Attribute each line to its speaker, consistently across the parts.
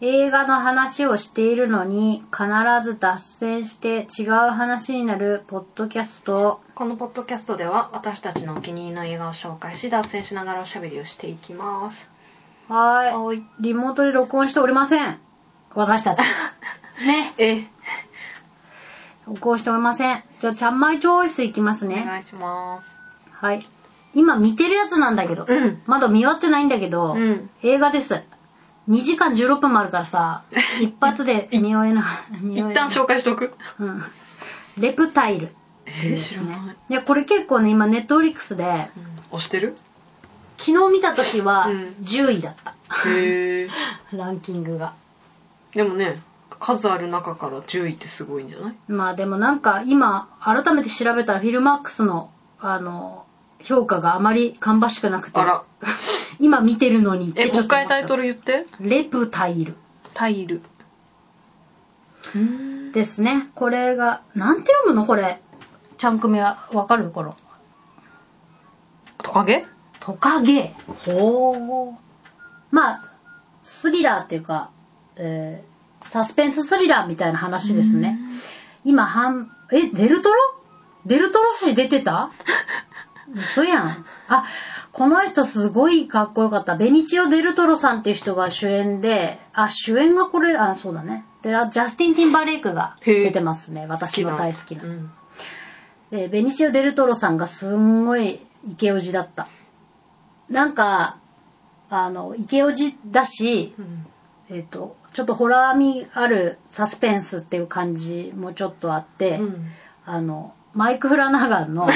Speaker 1: 映画の話をしているのに、必ず脱線して違う話になるポッドキャスト。
Speaker 2: このポッドキャストでは私たちのお気に入りの映画を紹介し脱線しながらおしゃべりをしていきます
Speaker 1: は
Speaker 2: はい
Speaker 1: ーい。リモートで録音しておりません。私 たち。ね。
Speaker 2: え
Speaker 1: 録音しておりません。じゃあ、ちゃんまいチョイスいきます
Speaker 2: お
Speaker 1: ね。
Speaker 2: 願いします
Speaker 1: はい。今見てるやつなんだけど。
Speaker 2: うん
Speaker 1: まだ見終わってないんだけど、
Speaker 2: うん
Speaker 1: 映画です。2時間16分もあるから さ、一発で見終えな、見
Speaker 2: 一
Speaker 1: 終えな
Speaker 2: 旦。紹介しとく
Speaker 1: うん。レプタイルっていう
Speaker 2: え
Speaker 1: や
Speaker 2: ー、
Speaker 1: つ
Speaker 2: 知らない
Speaker 1: ね、。いや、これ結構ね、今ネットフリックスで、
Speaker 2: うん、押してる
Speaker 1: 昨日見た時は
Speaker 2: うん
Speaker 1: 10位だった。
Speaker 2: へえ
Speaker 1: ランキングが。
Speaker 2: でもね数ある中から10位ってすごいんじゃない
Speaker 1: まあでもなんか今、改めて調べたらフィルマックスの、あの、評価があまり芳しくなくて
Speaker 2: あ、ら
Speaker 1: 今見てるのにって
Speaker 2: えもう一
Speaker 1: 思っ
Speaker 2: 回
Speaker 1: ちゃ
Speaker 2: タ
Speaker 1: う
Speaker 2: イトル言って
Speaker 1: レプタイル
Speaker 2: タイルうん
Speaker 1: ですね。これが、なんて読むのこれ。ちゃんくみはわかるこの。
Speaker 2: トカゲ
Speaker 1: トカゲ。ほう。まあ、スリラーっていうか、えーサスペンススリラーみたいな話ですね。今、半、え、デルトロデルトロ氏出て た嘘やん。あ、この人すごいかっこよかった。ベニチオ・デルトロさんっていう人が主演で、あ、主演がこれ、あ、そうだね。で、あジャスティン・ティンバーレイクが出てますね。私の大好きな。
Speaker 2: うん
Speaker 1: でベニシオ・デルトロさんがすんごいイケオジだったなんかあのイケオジだし、
Speaker 2: うん
Speaker 1: えっとちょっとホラー味あるサスペンスっていう感じもちょっとあって、
Speaker 2: うん
Speaker 1: あのマイク・フラナガ ンの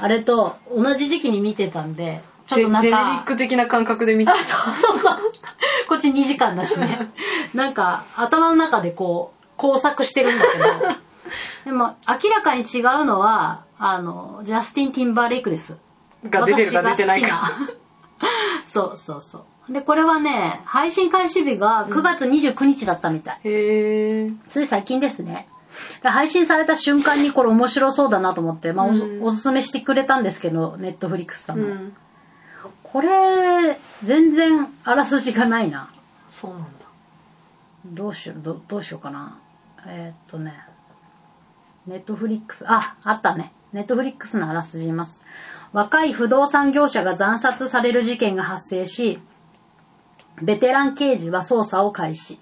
Speaker 1: あれと同じ時期に見てたんでちょっとなん
Speaker 2: ジェジェネリッ
Speaker 1: か
Speaker 2: ク的な感覚で見て
Speaker 1: あそうそうそうこっち2時間だしねなんか頭の中でこう工作してるんだ けどでも明らかに違うのはあのジャスティン・ティンバーレイクです
Speaker 2: が出てるか出てない
Speaker 1: 私
Speaker 2: か
Speaker 1: が好きな そうそうそうでこれはね配信開始日が9月29日だったみたい、
Speaker 2: へえ
Speaker 1: つい最近ですねで配信された瞬間にこれ面白そうだなと思って、まあおす
Speaker 2: うん
Speaker 1: おすすめしてくれたんですけどネットフリックスさん
Speaker 2: う
Speaker 1: も、
Speaker 2: ん
Speaker 1: これ全然あらすじがないな
Speaker 2: そうなんだ
Speaker 1: どうしよう、どどうしようかな。えーっとね。ネットフリックス、あ、あったね。ネットフリックスのあらすじ言います。若い不動産業者が惨殺される事件が発生し、ベテラン刑事は捜査を開始。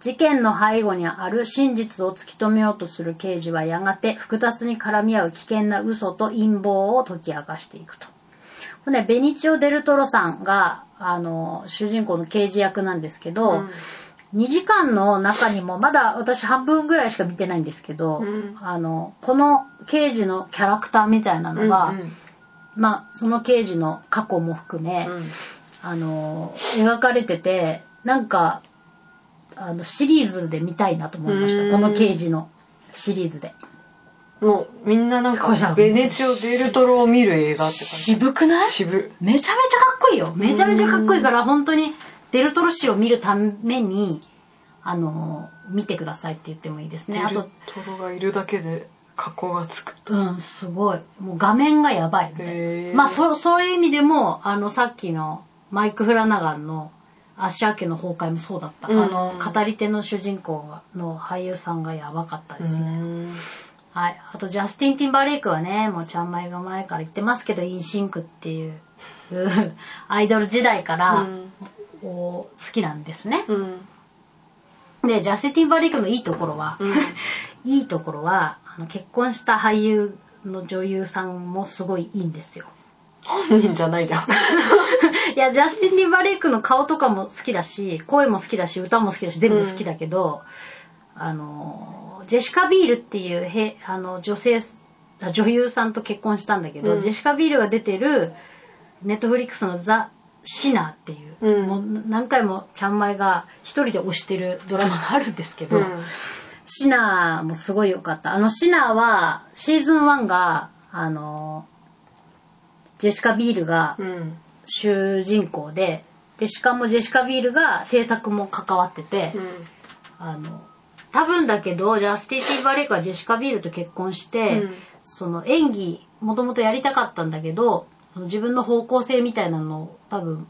Speaker 1: 事件の背後にある真実を突き止めようとする刑事はやがて複雑に絡み合う危険な嘘と陰謀を解き明かしていくと。これね、ベニチオ・デルトロさんが、あの、主人公の刑事役なんですけど、2時間の中にもまだ私半分ぐらいしか見てないんですけど、
Speaker 2: うん
Speaker 1: あのこの刑事のキャラクターみたいなのが、
Speaker 2: うんうん
Speaker 1: まあ、その刑事の過去も含め、
Speaker 2: うん
Speaker 1: あの描かれててなんかあのシリーズで見たいなと思いまし
Speaker 2: う
Speaker 1: た
Speaker 2: ん
Speaker 1: この刑事のシリーズで
Speaker 2: もうみんななん
Speaker 1: そうじゃ
Speaker 2: か
Speaker 1: ん
Speaker 2: ベネチオ・デルトロを見る映画って感じ
Speaker 1: 渋くない
Speaker 2: 渋
Speaker 1: めちゃめちゃかっこいいよめちゃめちゃかっこいいから本当にデルトロ氏を見るためにあの見てくださいって言ってもいいです
Speaker 2: デ
Speaker 1: ねあ
Speaker 2: ル
Speaker 1: と
Speaker 2: トロがいるだけで格好がつく
Speaker 1: うん、すごい。もう画面がやばいみたい
Speaker 2: へ
Speaker 1: な。まあ、そそういう意味でも、あの、さっきのマイク・フラナガンの足明けの崩壊もそうだった。
Speaker 2: うん
Speaker 1: あの、語り手の主人公がの俳優さんがやばかった
Speaker 2: う
Speaker 1: ですね。
Speaker 2: ん
Speaker 1: はい。あと、ジャスティン・ティンバーレイクはね、もうちゃんまいが前から言ってますけど、インシンクっていう、 うんアイドル時代から、お好きなんですね。
Speaker 2: うん
Speaker 1: で、ジャスティン・ティンバーレイクのいいところは、
Speaker 2: うん
Speaker 1: いいところは、あの結婚した俳優の女優さんもすごいいいんですよ。
Speaker 2: 本人じゃないじゃん
Speaker 1: いや、ジャスティン・ディンバレイクの顔とかも好きだし、声も好きだし、歌も好きだし、全部好きだけど、あの、ジェシカ・ビールっていうへあの女性、あ女優さんと結婚したんだけど、
Speaker 2: うん
Speaker 1: ジェシカ・ビールが出てる、ネットフリックスのザ・シナーっていう、
Speaker 2: うん
Speaker 1: もう何回もちゃんまいが一人で推してるドラマがあるんですけど、
Speaker 2: うん
Speaker 1: シナーもすごい良かった。あの、シナーは、シーズン1が、あの、ジェシカ・ビールが
Speaker 2: うん
Speaker 1: 主人公で、で、しかもジェシカ・ビールが制作も関わってて、あの、多分だけど、ジャスティン・ティンバレイクはジェシカ・ビールと結婚して、
Speaker 2: うん
Speaker 1: その演技、もともとやりたかったんだけど、その自分の方向性みたいなのを多分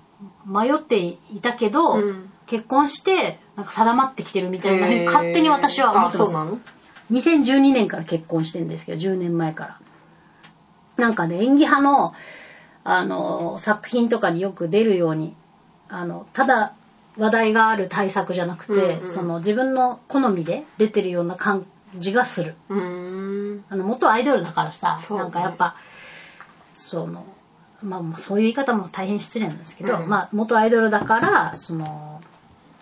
Speaker 1: 迷っていたけど、
Speaker 2: うん
Speaker 1: 結婚して、なんか定まってきてるみたいなふうに勝手に私は思ってま
Speaker 2: あ、
Speaker 1: す
Speaker 2: そう。なの
Speaker 1: 2012年から結婚してるんですけど、10年前から。なんかね、演技派の、あの、作品とかによく出るように、あの、ただ話題がある対策じゃなくて、
Speaker 2: うんうん
Speaker 1: その自分の好みで出てるような感じがする。
Speaker 2: うーん。
Speaker 1: あの、元アイドルだからさ、
Speaker 2: そうね
Speaker 1: なんかやっぱ、その、まあまあ、そういう言い方も大変失礼なんですけど、
Speaker 2: うん
Speaker 1: まあ、元アイドルだから、その、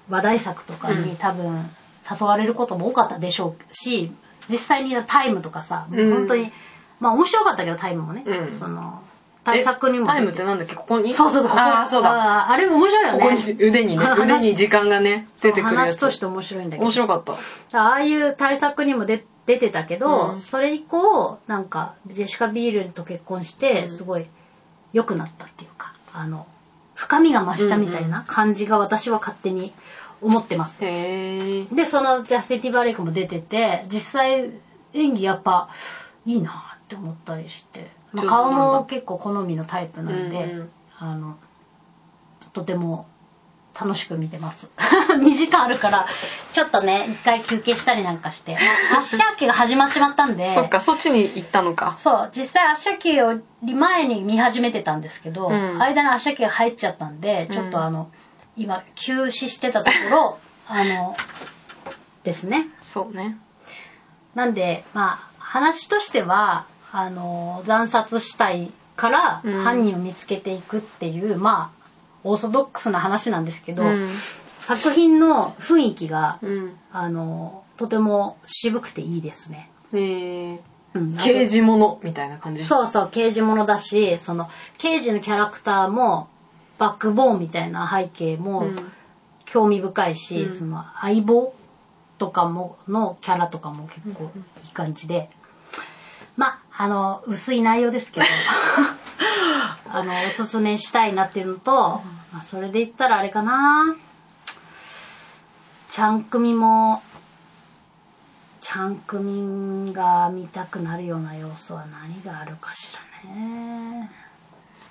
Speaker 1: 話題作とか
Speaker 2: うん
Speaker 1: に多分、誘われることも多かったでしょうし、実際にタイムとかさ、
Speaker 2: うん
Speaker 1: 本当に、まあ面白かったけど、タイムもね、
Speaker 2: うん
Speaker 1: その、対策にも。
Speaker 2: えタイムってなんだっけここに
Speaker 1: そうそうそう、ここ
Speaker 2: ああ、そうだ。
Speaker 1: あーあれ面白いよ
Speaker 2: こ
Speaker 1: ね。
Speaker 2: こに、腕に ね、
Speaker 1: 話
Speaker 2: 腕に時間がね、出てくるやつ。
Speaker 1: 話として面白いんだけど。
Speaker 2: 面白かった。
Speaker 1: ああいう対策にも出出てたけど、
Speaker 2: うん
Speaker 1: それ以降なんかジェシカ・ビールと結婚し
Speaker 2: う
Speaker 1: て
Speaker 2: ん
Speaker 1: すごい良くなったっていうかあの深みが増したみたいな感じが私は勝手に思ってます、
Speaker 2: へえ。
Speaker 1: でそのジャスティン・ティーバーレイクも出てて実際演技やっぱいいなって思ったりして、まあ
Speaker 2: 上手
Speaker 1: 顔
Speaker 2: なん
Speaker 1: も
Speaker 2: だ
Speaker 1: 結構好みのタイプなんで、
Speaker 2: うんうん
Speaker 1: あのとても楽しく見てます。2時 間あるから、ちょっとね、一回休憩したりなんかして、まあアッシャーキが始まっちまったんで、
Speaker 2: そっか、そっちに行ったのか。
Speaker 1: そう、実際アッシャーキより前に見始めてたんですけど、
Speaker 2: うん
Speaker 1: 間にアッシャーキが入っちゃったんで、
Speaker 2: うん
Speaker 1: ちょっとあの、今、休止してたとこ ろ、あの、ですね。
Speaker 2: そうね。
Speaker 1: なんで、まあ、話としては、あの、惨殺死体から
Speaker 2: うん
Speaker 1: 犯人を見つけていくっていう、まあ、オーソドックスな話なんですけど、
Speaker 2: うん。
Speaker 1: 作品の雰囲気が、
Speaker 2: うん。
Speaker 1: あの、とても渋くていいですね。
Speaker 2: えー
Speaker 1: うん、
Speaker 2: 刑事ものみたいな感じ。
Speaker 1: そうそう、刑事ものだし、その、刑事のキャラクターも、バックボーンみたいな背景も
Speaker 2: ん
Speaker 1: 興味深いし、
Speaker 2: うん
Speaker 1: その、相棒とかも、のキャラとかも結構いい感じで、まあ、あの、薄い内容ですけ ど、あの、おすすめしたいなっていうのと、まあ、それで言ったらあれかな、ちゃんくみも、ちゃんくみが見たくなるような要素は何があるかしらね。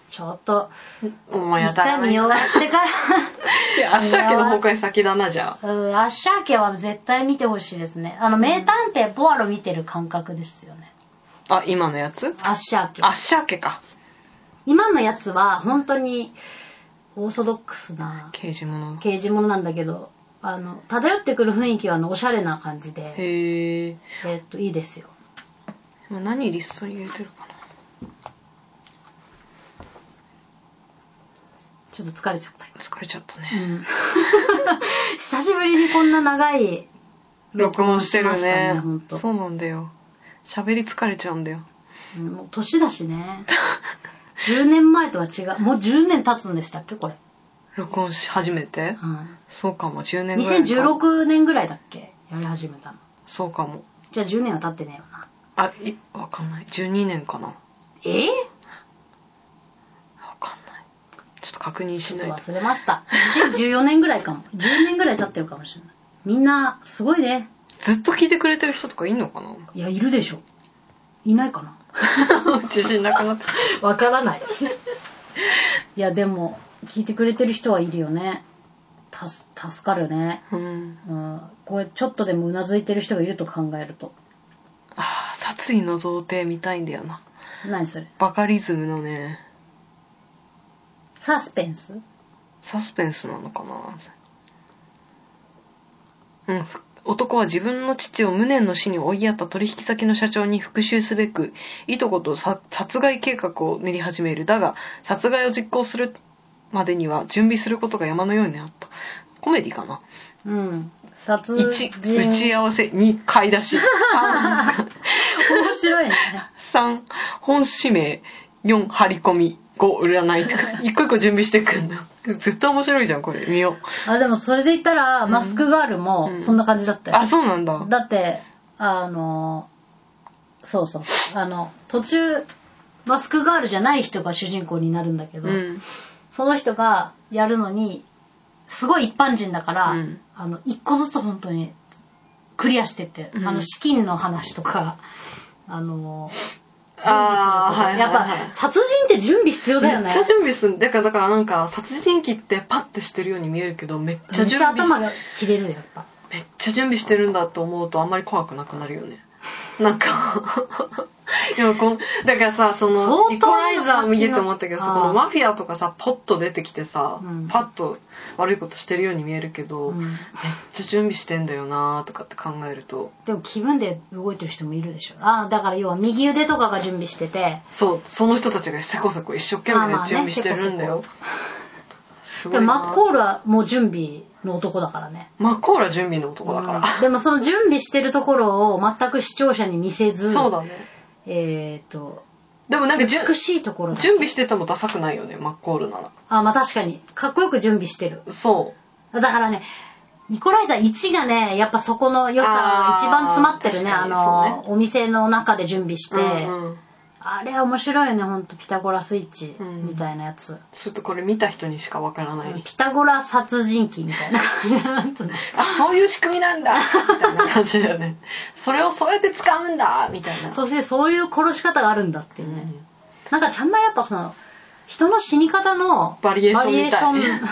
Speaker 1: ちょっと、
Speaker 2: お前
Speaker 1: 一
Speaker 2: 当たら
Speaker 1: 回
Speaker 2: ない
Speaker 1: 見終わってか
Speaker 2: でアッシャー家の崩壊先だな、じゃあ。
Speaker 1: ら、うん、アッシャー家は絶対見てほしいですね。あの、名探偵ポアロ見てる感覚ですよね。
Speaker 2: あ、今のやつ
Speaker 1: アッシャー家
Speaker 2: ア。ッシャー家か。
Speaker 1: 今のやつは本当にオーソドックスな
Speaker 2: 刑事もの。
Speaker 1: 刑事ものなんだけど、あの、漂ってくる雰囲気はあの、おしゃれな感じで、
Speaker 2: へえ。
Speaker 1: えっと、いいですよ。
Speaker 2: 今何リストに入れてるかな。
Speaker 1: ちょっと疲れちゃった。
Speaker 2: 疲れちゃった
Speaker 1: う
Speaker 2: ね。
Speaker 1: ん 久しぶりにこんな長い
Speaker 2: 録音してる
Speaker 1: 録音しました
Speaker 2: ね
Speaker 1: ねほん。と
Speaker 2: そうなんだよ。喋り疲れちゃうんだよ。
Speaker 1: うんもう年だしね。10年前とは違う。もう10年経つんでしたっけこれ。
Speaker 2: 録音し始めて
Speaker 1: うん。
Speaker 2: そうかも、10年ぐらいか。
Speaker 1: 2016年ぐらいだっけやり始めたの。
Speaker 2: そうかも。
Speaker 1: じゃあ10年は経ってねえよな。
Speaker 2: あ、い、わかんない。12年かな。わ
Speaker 1: え
Speaker 2: かんない。ちょっと確認
Speaker 1: ち
Speaker 2: し
Speaker 1: ょっ
Speaker 2: な
Speaker 1: と
Speaker 2: いと。
Speaker 1: 忘れました。2014年ぐらいかも。10年ぐらい経ってるかもしれない。みんな、すごいね。
Speaker 2: ずっと聞いてくれてる人とかいんのかな
Speaker 1: いや、いるでしょ。いないかな。
Speaker 2: 自信なくなった。
Speaker 1: わからない。 いや、でも、聞いてくれてる人はいるよね。たす、助かるね。
Speaker 2: うん。
Speaker 1: うん。これ、ちょっとでもうなずいてる人がいると考えると。
Speaker 2: ああ、殺意の童貞見たいんだよな。
Speaker 1: 何それ
Speaker 2: バカリズムのね、
Speaker 1: サスペンス
Speaker 2: サスペンスなのかなうん。男は自分の父を無念の死に追いやった取引先の社長に復讐すべく、いとことさ殺害計画を練り始める。だが、殺害を実行するまでには準備することが山のようにあった。コメディかな
Speaker 1: うん。殺人。
Speaker 2: ?1、打ち合わせ、2、買い出し、3、
Speaker 1: 面白いね。
Speaker 2: 3、本指名、4、張り込み、5、占いとか、一個一個準備していくんだ。絶対面白いじゃん、これ。見よ
Speaker 1: あ、でもそれで言ったら、マスクガールも
Speaker 2: う、ん
Speaker 1: そんな感じだった
Speaker 2: う。
Speaker 1: よ。
Speaker 2: あ、そうなんだ。
Speaker 1: だって、あの、そうそう。あの、途中、マスクガールじゃない人が主人公になるんだけど、
Speaker 2: うん。
Speaker 1: その人がやるのに、すごい一般人だから、
Speaker 2: うん
Speaker 1: あの、一個ずつ本当にクリアしてって、
Speaker 2: うん
Speaker 1: あの、資金の話とか、あの、準備すること。
Speaker 2: あーはいはいはい
Speaker 1: やっぱ、殺人って準備必要だよ
Speaker 2: め
Speaker 1: ね
Speaker 2: っち。ゃ準備するだからだからなんか殺人鬼ってパッてしてるように見えるけどめっち
Speaker 1: め
Speaker 2: ゃ
Speaker 1: っ
Speaker 2: 準
Speaker 1: ちゃ
Speaker 2: 備
Speaker 1: 頭
Speaker 2: し
Speaker 1: が切れるよ、やっぱ。
Speaker 2: めっちゃ準備してるんだと思うとあんまり怖くなくなるよ ねなんかいやこのだからさそ
Speaker 1: 相当
Speaker 2: の
Speaker 1: な
Speaker 2: イコライザー見てて思ったけど
Speaker 1: 先
Speaker 2: さ
Speaker 1: が
Speaker 2: このマフィアとかさポッと出てきてさ、
Speaker 1: うん
Speaker 2: パッと悪いことしてるように見えるけど、めっちゃ準備してんだよなとかって考えると
Speaker 1: でも気分で動いてる人もいるでしょ。ああ、だから要は右腕とかが準備してて、
Speaker 2: そうその人たちがせこせこ一生懸
Speaker 1: あまあ
Speaker 2: 命
Speaker 1: ね
Speaker 2: 準備してるんだよ、すご
Speaker 1: で
Speaker 2: い
Speaker 1: も
Speaker 2: な
Speaker 1: マックコールはもう準備の男だからね。
Speaker 2: マッコーラ準備の男だから、
Speaker 1: うんでもその準備してるところを全く視聴者に見せ ず、
Speaker 2: そうだね
Speaker 1: えっ、と、
Speaker 2: でもなんかじゅ
Speaker 1: 美しいところだ。
Speaker 2: 準備しててもダサくないよねマッコールなら
Speaker 1: あ、まあ確かに、かっこよく準備してる。
Speaker 2: そう
Speaker 1: だからね、ニコライザー1がね、やっぱそこの良さ、一番詰まってるね、あ
Speaker 2: あー確か
Speaker 1: の、
Speaker 2: に
Speaker 1: お店の中で準備して、
Speaker 2: うんうん、
Speaker 1: あれ面白いよね、ほんと、ピタゴラスイッチ
Speaker 2: うん
Speaker 1: みたいなやつ。
Speaker 2: ちょっとこれ見た人にしかわからない、
Speaker 1: ピタゴラ殺人鬼みたいな感じなんとね
Speaker 2: あそういう仕組みなんだみたいな感じだよねそれをそうやって使うんだみたいな
Speaker 1: そしてそういう殺し方があるんだっていううね。
Speaker 2: ん
Speaker 1: なんかちゃんまやっぱその、人の死に方の
Speaker 2: バリエーションみたい
Speaker 1: バリエーション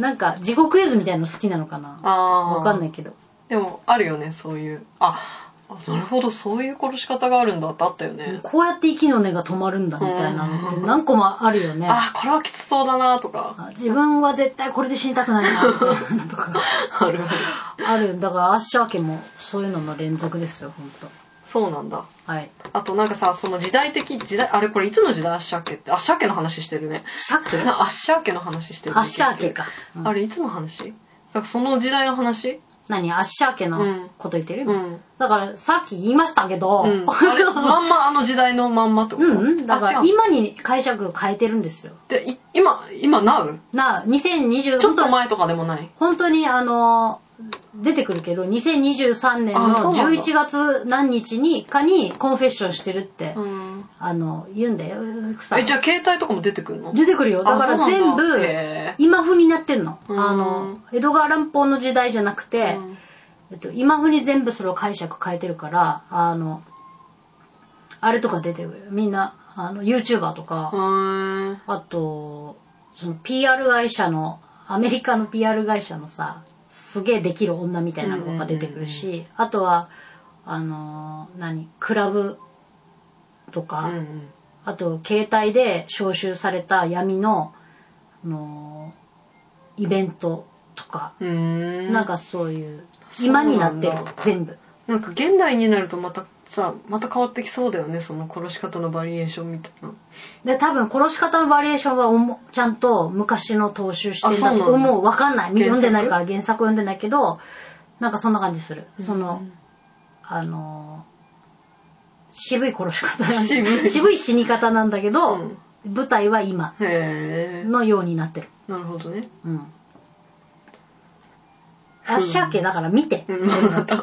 Speaker 1: なんか地獄絵図みたいなの好きなのかな
Speaker 2: あー
Speaker 1: わかんないけど。
Speaker 2: でもあるよねそういうあなるほどそういう殺し方があるんだってあったよね、
Speaker 1: こうやって息の根が止まるんだみたいなのって何個もあるよね。
Speaker 2: あこれはきつそうだなとか
Speaker 1: あ自分は絶対これで死にたくないなみたいなのと か
Speaker 2: あるある
Speaker 1: あるだからアッシャー家もそういうのの連続ですよ本当
Speaker 2: そうなんだ
Speaker 1: はい
Speaker 2: あとなんかさその時代的時代あれこれいつの時代アッシャー家ってアッシャー家の話してるね
Speaker 1: シャケ
Speaker 2: アッシャー家の話してるね
Speaker 1: アッシャー家か、うん
Speaker 2: あれいつの話さその時代の話
Speaker 1: 何アッシャー家
Speaker 2: う
Speaker 1: の
Speaker 2: ん
Speaker 1: こと言ってる、
Speaker 2: うん。
Speaker 1: だからさっき言いましたけど、
Speaker 2: うん、あれまんまあの時代のまんまってこ
Speaker 1: う
Speaker 2: と
Speaker 1: んうんだから
Speaker 2: あ違う
Speaker 1: 今に解釈を変えてるんですよ
Speaker 2: でい今今なう
Speaker 1: なあ2020
Speaker 2: ちょっと前とかでもない
Speaker 1: 本当にあの出てくるけど2023年
Speaker 2: あそ
Speaker 1: の
Speaker 2: うなんだ
Speaker 1: 11月何日にかにコンフェッションしてるって、
Speaker 2: うん
Speaker 1: あの言うんだよ
Speaker 2: えじゃあ携帯とかも出てくるの
Speaker 1: 出てくるよだから
Speaker 2: あそう
Speaker 1: 全
Speaker 2: なんだ
Speaker 1: 部
Speaker 2: へー
Speaker 1: 今風になってんの
Speaker 2: うん
Speaker 1: あの江戸川乱歩の時代じゃなくて、
Speaker 2: うん
Speaker 1: えっと、今風に全部それを解釈変えてるからあのあれとか出てくるみんなあの YouTuber とか、
Speaker 2: うーん
Speaker 1: あとその PR 会社のアメリカの PR 会社のさすげえできる女みたいなのが出てくるし、
Speaker 2: うんう
Speaker 1: あとはあのー何クラブとか、
Speaker 2: うんうん
Speaker 1: あと、携帯で招集された闇の、あのーイベントとか、
Speaker 2: うーん
Speaker 1: なんかそういう、
Speaker 2: そうな
Speaker 1: 今
Speaker 2: んだ
Speaker 1: になってる、全部。
Speaker 2: なんか現代になるとまたさまた変わってきそうだよねその殺し方のバリエーションみたいな
Speaker 1: で、多分、殺し方のバリエーションはおも、ちゃんと昔の踏襲してんだ
Speaker 2: あ
Speaker 1: と
Speaker 2: そうなんだ
Speaker 1: 思う。わかんない。
Speaker 2: 原作
Speaker 1: 読んでないから、原作読んでないけど、なんかそんな感じする。その、あのー渋い殺し方なんだ
Speaker 2: 渋い
Speaker 1: 渋い死に方なんだけ
Speaker 2: う
Speaker 1: ど、
Speaker 2: ん
Speaker 1: 舞台は今
Speaker 2: へえ
Speaker 1: のようになってる。
Speaker 2: なるほどね
Speaker 1: うん。アッシャー家だから見て。
Speaker 2: うん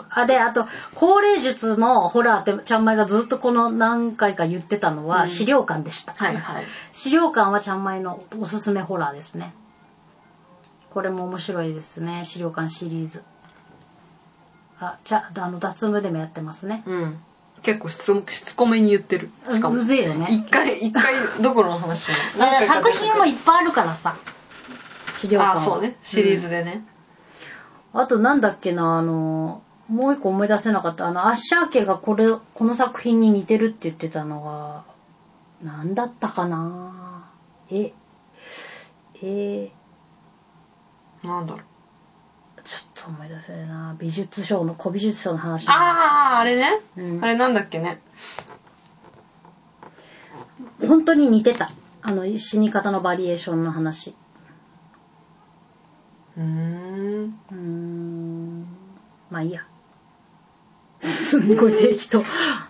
Speaker 1: あで、あと、高齢術のホラーって、ちゃんまいがずっとこの何回か言ってたのは、
Speaker 2: うん
Speaker 1: 資料館でした。
Speaker 2: はいはい
Speaker 1: 資料館はちゃんまいのおすすめホラーですね。これも面白いですね。資料館シリーズ。あ、ちゃ、あの、脱無でもやってますね。
Speaker 2: うん結構しつしつこめに言ってるしか
Speaker 1: う
Speaker 2: も
Speaker 1: ぜえよね。
Speaker 2: 一回一回どころ の話じゃ
Speaker 1: だか
Speaker 2: な
Speaker 1: ら
Speaker 2: い
Speaker 1: 作品も
Speaker 2: い
Speaker 1: いっぱいあるからさ。資料館は
Speaker 2: あそうねシリーズでね、
Speaker 1: あとなんだっけな、あの、もう一個思い出せなかった。あの、アッシャー家がこれ、この作品に似てるって言ってたのが、なんだったかなえ、えー
Speaker 2: なんだろう
Speaker 1: ちょっと思い出せないな。美術賞の、古美術賞の話なんで
Speaker 2: あああれね、
Speaker 1: うん
Speaker 2: あれなんだっけね
Speaker 1: す。本当に似てた。あの、死に方のバリエーションの話。
Speaker 2: うーん
Speaker 1: うーん。まあいいや。すんごい適当。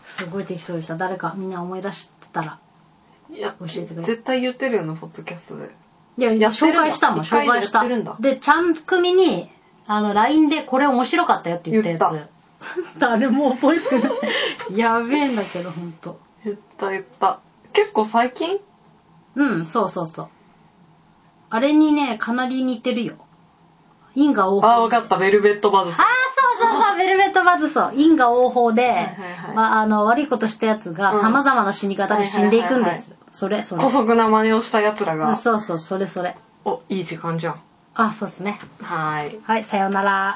Speaker 1: すごい適当でした。誰かみんな思い出してたら。
Speaker 2: いや
Speaker 1: 教えてくれ
Speaker 2: 絶対言ってるよなポッドキャストで
Speaker 1: いや、
Speaker 2: やって
Speaker 1: 紹
Speaker 2: るんだ
Speaker 1: 介したもん、
Speaker 2: 一
Speaker 1: 紹
Speaker 2: 回で
Speaker 1: 介した
Speaker 2: やってるんだ。
Speaker 1: で、ちゃん組に、あの、LINE でこれ面白かったよって言ったや
Speaker 2: 言っ
Speaker 1: つ。 誰も覚えてない。やべえんだけど、ほんと。
Speaker 2: 言った言った結構最近
Speaker 1: うん、そうそうそう。あれにね、かなり似てるよ。因果応報。
Speaker 2: ああ分かったベルベットバズス
Speaker 1: あーそうそうそう、ベルベットバズそう。因果応報で、
Speaker 2: いはいはいはい
Speaker 1: まあ、あの、悪いことしたやつが
Speaker 2: うん
Speaker 1: 様々な死に方で死んでいくんです。それ、それ
Speaker 2: 姑。息な真似をした奴らが、
Speaker 1: そうそう、それそれ。
Speaker 2: お、いい時間じゃん。
Speaker 1: あ、そうですね。
Speaker 2: はーい。
Speaker 1: はい、さようなら。